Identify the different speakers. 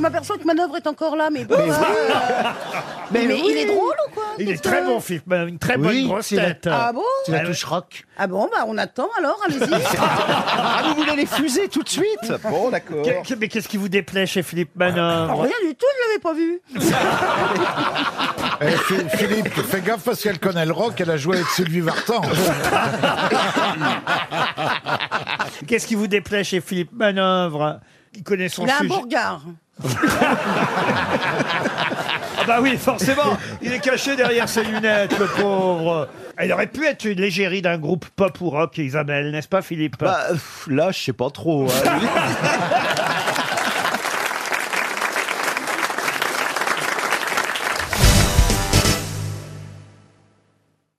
Speaker 1: m'aperçois que Manœuvre est encore là, mais bon.
Speaker 2: Mais
Speaker 1: euh,
Speaker 2: Mais
Speaker 1: mais
Speaker 2: oui.
Speaker 1: il est drôle ou quoi
Speaker 2: Il
Speaker 1: qu'est-ce
Speaker 2: est très
Speaker 1: que-
Speaker 2: bon, Philippe Manœuvre, une très
Speaker 3: Oui,
Speaker 2: bonne grosse
Speaker 3: c'est la-
Speaker 2: tête.
Speaker 1: Ah bon
Speaker 3: C'est
Speaker 4: Bah,
Speaker 3: la touche rock.
Speaker 1: Ah bon, bah on attend alors, allez-y.
Speaker 3: Ah, vous voulez les fusées tout de suite Bon, d'accord.
Speaker 2: Qu'est- qu'est- Mais qu'est-ce qui vous déplaît chez Philippe Manœuvre
Speaker 1: Rien du tout, je l'avais pas vu.
Speaker 4: Eh, Phi- Philippe, fais gaffe parce qu'elle connaît le rock, elle a joué avec Sylvie Vartan.
Speaker 2: Qu'est-ce qui vous déplaît chez Philippe Manœuvre Il connaît son
Speaker 1: Il a un
Speaker 2: sujet.
Speaker 1: beau regard.
Speaker 2: Ah bah oui, forcément Il est caché derrière ses lunettes, le pauvre Elle aurait pu être une légérie d'un groupe pop ou rock, Isabelle, n'est-ce pas, Philippe
Speaker 3: Bah, pff, là, je sais pas trop. hein.